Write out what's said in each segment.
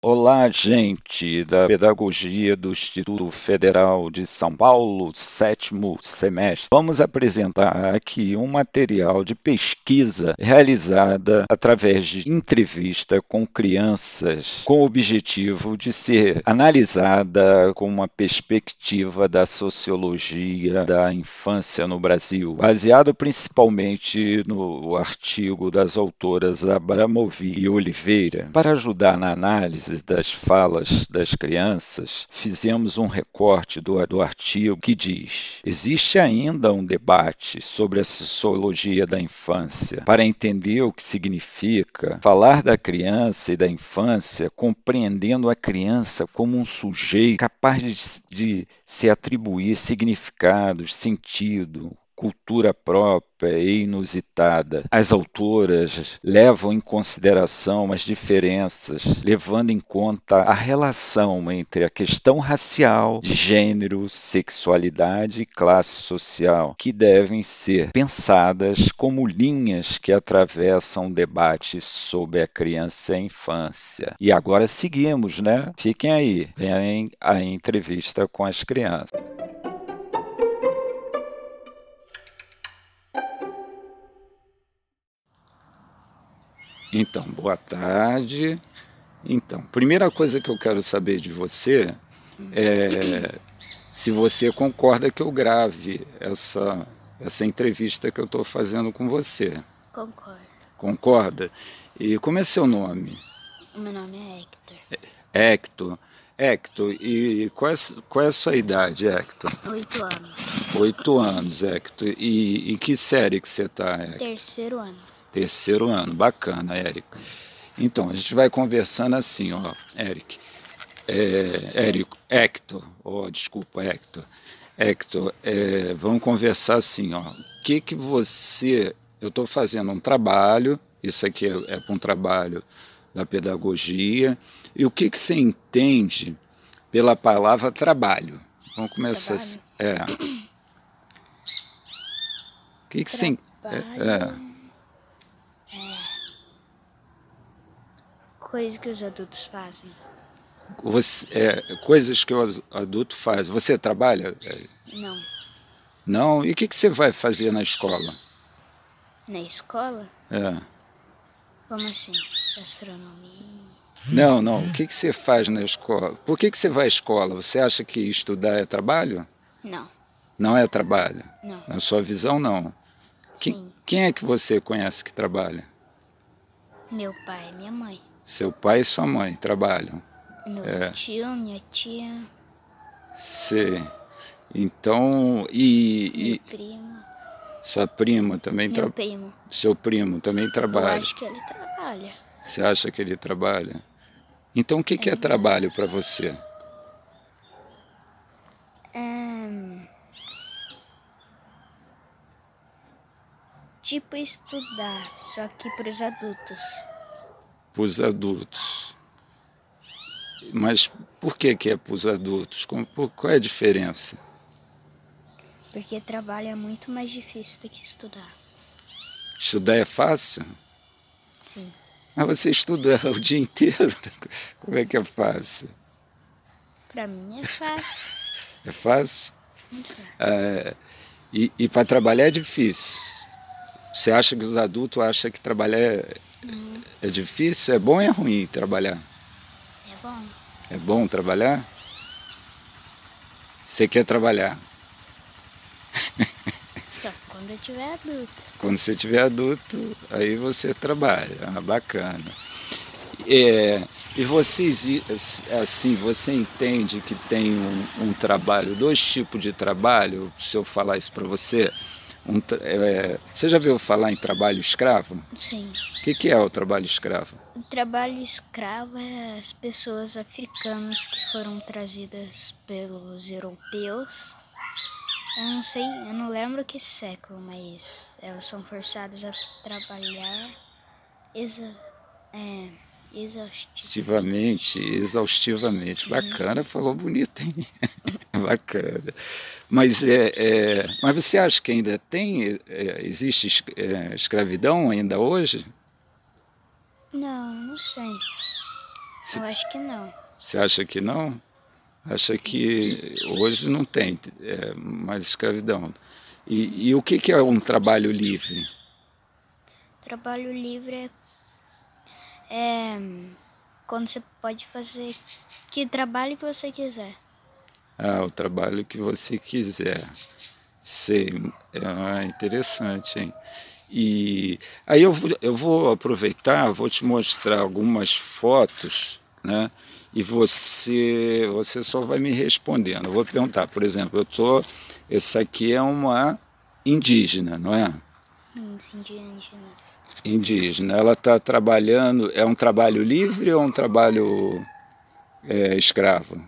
Olá, gente da Pedagogia do Instituto Federal de São Paulo, sétimo semestre. Vamos apresentar aqui um material de pesquisa realizada através de entrevista com crianças, com o objetivo de ser analisada com uma perspectiva da sociologia da infância no Brasil, baseado principalmente no artigo das autoras Abramovi e Oliveira. Para ajudar na análise, das falas das crianças, fizemos um recorte do, do, artigo que diz: existe ainda um debate sobre a sociologia da infância. Para entender o que significa falar da criança e da infância, compreendendo a criança como um sujeito capaz de, de se atribuir significados, sentido, cultura própria e inusitada. As autoras levam em consideração as diferenças, levando em conta a relação entre a questão racial, de gênero, sexualidade e classe social, que devem ser pensadas como linhas que atravessam o debate sobre a criança e a infância. E agora seguimos, né? Fiquem aí, vem a entrevista com as crianças. Então, boa tarde. Então, primeira coisa que eu quero saber de você é se você concorda que eu grave essa, essa entrevista que eu estou fazendo com você. Concordo. Concorda? E como é seu nome? Meu nome é Hector. É, Hector. Hector, e qual é, qual é a sua idade, Hector? Oito anos. Oito anos, Hector. E, e que série que você está, Hector? Terceiro ano. Terceiro ano, bacana, Eric. Então, a gente vai conversando assim, ó, Eric. É, Eric, Hector, ó, desculpa, Hector. Hector, é, vamos conversar assim, ó. O que que você... Eu estou fazendo um trabalho, isso aqui é, é para um trabalho da pedagogia, e o que que você entende pela palavra trabalho? Vamos começar trabalho. assim. É. O que que você... É, coisas que os adultos fazem. Você, é, coisas que os adultos fazem. Você trabalha? É. Não. Não? E o que, que você vai fazer na escola? Na escola? É. Como assim? Astronomia? Não, não. O que, que você faz na escola? Por que, que você vai à escola? Você acha que estudar é trabalho? Não. Não é trabalho? Não. Na sua visão, não. Que, Sim. Quem é que você conhece que trabalha? Meu pai e minha mãe. Seu pai e sua mãe trabalham? Meu é. tio, minha tia. Sim. Então, e... Meu e primo. Sua prima também trabalha? primo. Seu primo também trabalha? Eu acho que ele trabalha. Você acha que ele trabalha? Então, o que, é, que é trabalho para você? É... Tipo estudar, só que para os adultos para os adultos. Mas por que, que é para os adultos? Como, por, qual é a diferença? Porque trabalho é muito mais difícil do que estudar. Estudar é fácil? Sim. Mas você estuda o dia inteiro. Como é que é fácil? Para mim é fácil. é fácil? Muito fácil. Ah, e, e para trabalhar é difícil. Você acha que os adultos acham que trabalhar é, Uhum. É difícil? É bom ou é ruim trabalhar? É bom. É bom trabalhar? Você quer trabalhar? Só quando eu tiver adulto. Quando você tiver adulto, aí você trabalha. Ah, bacana. É, e vocês, assim, você entende que tem um, um, trabalho, dois tipos de trabalho, se eu falar isso para você, um, é, você já viu falar em trabalho escravo? Sim. O que, que, é o trabalho escravo? O trabalho escravo é as pessoas africanas que foram trazidas pelos europeus. Eu não sei, eu não lembro que século, mas elas são forçadas a trabalhar exa, é, exaustivamente. Exaustivamente, uhum. Bacana, falou bonito, hein? Bacana. Mas, é, é, mas você acha que ainda tem, é, existe é, escravidão ainda hoje? Não, não sei. Eu acho que não. Você acha que não? Acha que hoje não tem é, mais escravidão. E, e o que, que é um trabalho livre? Trabalho livre é, é quando você pode fazer que trabalho que você quiser. Ah, o trabalho que você quiser. Sei, ah, interessante, hein? E aí eu, vou- eu vou aproveitar, vou te mostrar algumas fotos, né? E você, você só vai me respondendo. Eu vou perguntar, por exemplo, eu tô, essa aqui é uma indígena, não é? Os indígenas. Indígena. Ela está trabalhando, é um trabalho livre ou é um trabalho é, escravo?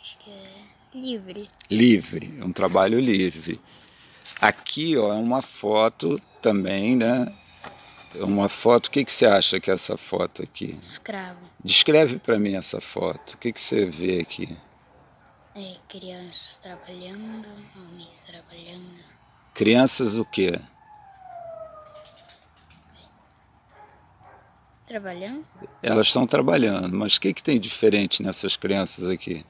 Acho que é livre. livre, é um trabalho livre. Aqui, ó, é uma foto também, né? É Uma foto. O que, que você acha que é essa foto aqui? Escravo. Descreve para mim essa foto. O que, que você vê aqui? É, crianças trabalhando, homens trabalhando. Crianças o quê? Trabalhando? Elas estão trabalhando, mas o que, que tem diferente nessas crianças aqui?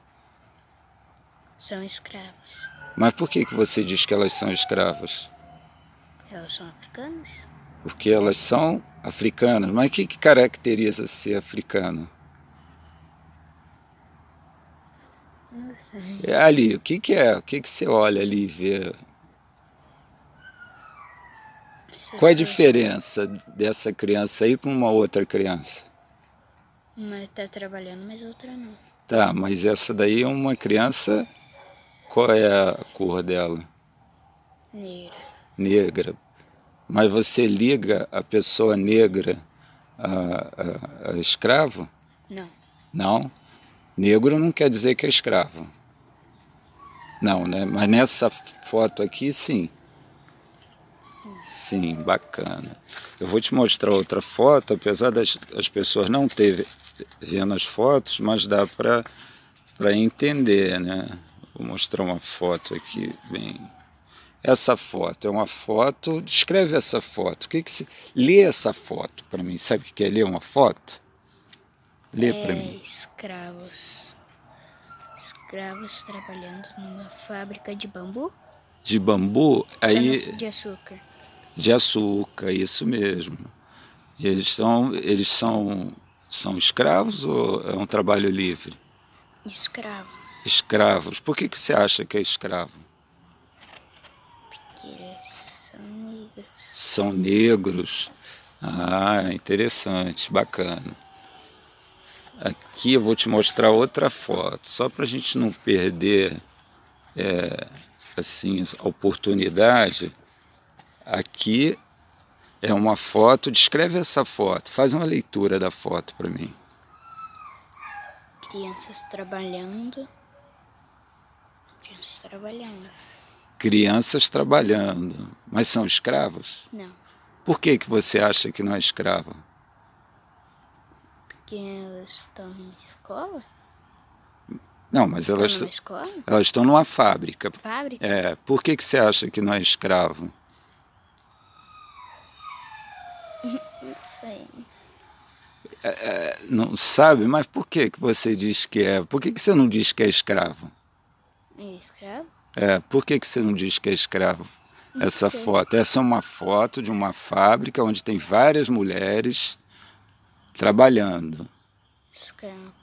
São escravos. Mas por que, que você diz que elas são escravas? Elas são africanas? Porque elas são africanas. Mas o que, que caracteriza ser africano? Não sei. É ali, o que, que é? O que, que você olha ali e vê? Qual é a diferença dessa criança aí para uma outra criança? Uma tá trabalhando, mas outra não. Tá, mas essa daí é uma criança. Qual é a cor dela? Negra. Negra. Mas você liga a pessoa negra a, a- a escravo? Não. Não. Negro não quer dizer que é escravo. Não, né? Mas nessa foto aqui, sim. Sim, bacana. Eu vou te mostrar outra foto, apesar das as pessoas não terem vendo as fotos, mas dá para para entender, né? Vou mostrar uma foto aqui bem. Essa foto é uma foto. Descreve essa foto. O que que se lê essa foto para mim? Sabe o que que é ler uma foto? Lê para mim. É, escravos. Escravos trabalhando numa fábrica de bambu? de bambu, aí Canas De açúcar. de açúcar, isso mesmo. E eles são eles são são escravos ou é um trabalho livre? Escravo. Escravos. Por que que você acha que é escravo? Porque eles são negros. São negros. Ah, interessante, bacana. Aqui eu vou te mostrar outra foto, só para a gente não perder é, assim a oportunidade. Aqui é uma foto. Descreve essa foto. Faz uma leitura da foto para mim. Crianças trabalhando. Crianças trabalhando. Crianças trabalhando, mas são escravos. Não. Por que que você acha que não é escravo? Porque elas estão em escola? Não, mas Elas elas estão numa escola? elas estão numa fábrica. Fábrica? É, por que, que você acha que não é escravo? Não sei. Não sabe, mas por que, que você diz que é? Por que, que você não diz que é escravo? É escravo? É, por que, que você não diz que é escravo? Essa foto. Essa é uma foto de uma fábrica onde tem várias mulheres trabalhando. Escravo.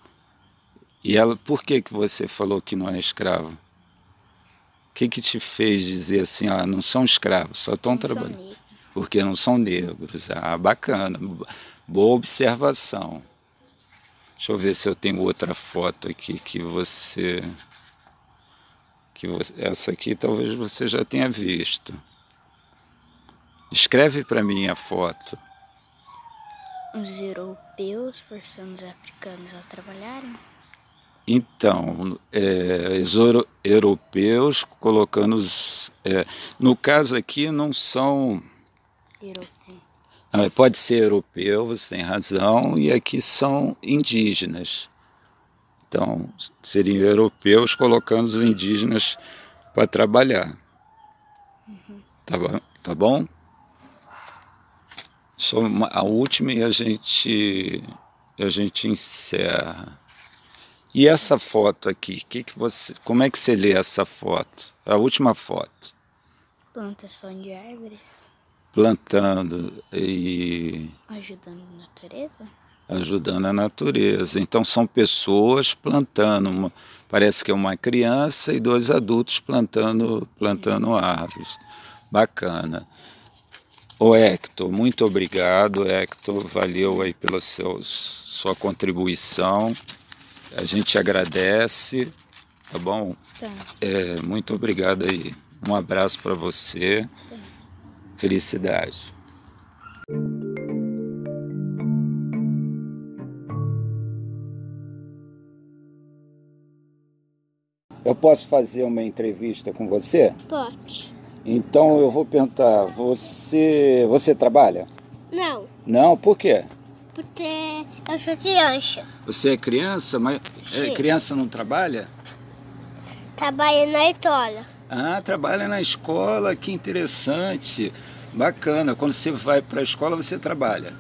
E ela, por que, que você falou que não é escravo? O que, que te fez dizer assim, ah, não são escravos, só estão Não são trabalhando? negros. Porque não são negros. Ah, bacana. Boa observação. Deixa eu ver se eu tenho outra foto aqui que você. Que você essa aqui talvez você já tenha visto. Escreve para mim a foto. Os europeus forçando os africanos a trabalharem? Então, é, os euro- europeus colocando os. é, no caso aqui, não são. Europeu. Não, Ah, pode ser europeu, você tem razão, e aqui são indígenas. Então, seriam europeus colocando os indígenas para trabalhar. Tá, bom? tá bom? Só uma- a última e a gente e a gente encerra. E essa foto aqui, que que você, como é que você lê essa foto? A última foto, Plantação de árvores, plantando e ajudando a natureza. ajudando a natureza. Então são pessoas plantando, uma- parece que é uma criança e dois adultos plantando, plantando árvores. Bacana. Ô Hector, muito obrigado, Hector, valeu aí pela seu, sua contribuição. A gente agradece, tá bom? Tá, É, muito obrigado aí. Um abraço para você. Felicidade. Eu posso fazer uma entrevista com você? Pote. Então eu vou perguntar, você, você trabalha? Não, Não, por quê? porque eu sou de ancha. Você é criança, mas é, Sim. criança não trabalha? Trabalho na Itália. Ah, trabalha na escola, que interessante. Bacana. Quando você vai para a escola, você trabalha.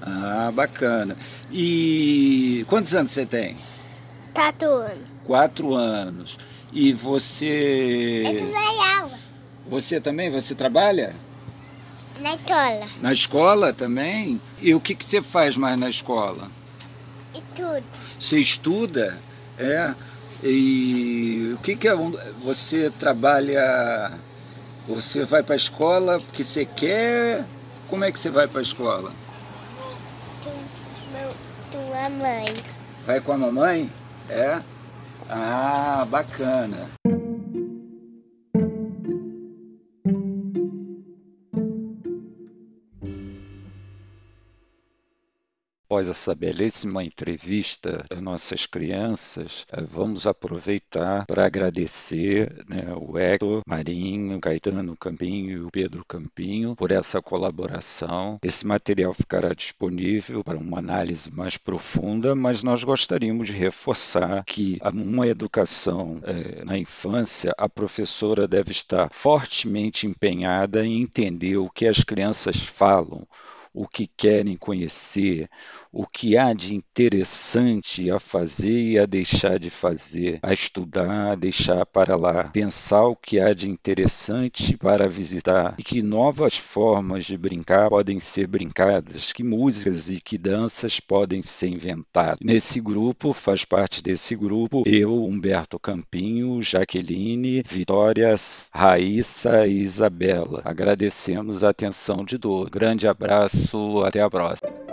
Ah, bacana. E quantos anos você tem? tá, Tatuando. Quatro anos. E você. trabalho é aula. Você também? Você trabalha? Na Itália. Na escola também? E o que, que você faz mais na escola? E tudo. Você estuda? É. E o que, que é. um- Você trabalha. Você vai para a escola porque você quer? Como é que você vai para a escola? Tua mãe. Vai com a mamãe? É? Ah, bacana. Após essa belíssima entrevista às nossas crianças, eh, vamos aproveitar para agradecer né, o Hector Marinho, o Caetano Campinho e o Pedro Campinho por essa colaboração. Esse material ficará disponível para uma análise mais profunda, mas nós gostaríamos de reforçar que a- uma educação eh, na infância, a professora deve estar fortemente empenhada em entender o que as crianças falam o que querem conhecer, o que há de interessante a fazer e a deixar de fazer, a estudar, a deixar para lá, pensar o que há de interessante para visitar e que novas formas de brincar podem ser brincadas, que músicas e que danças podem ser inventadas. Nesse grupo, faz parte desse grupo, eu, Humberto Campinho, Jaqueline, Vitória, Raíssa e Isabela. Agradecemos a atenção de todos. Grande abraço, até a próxima.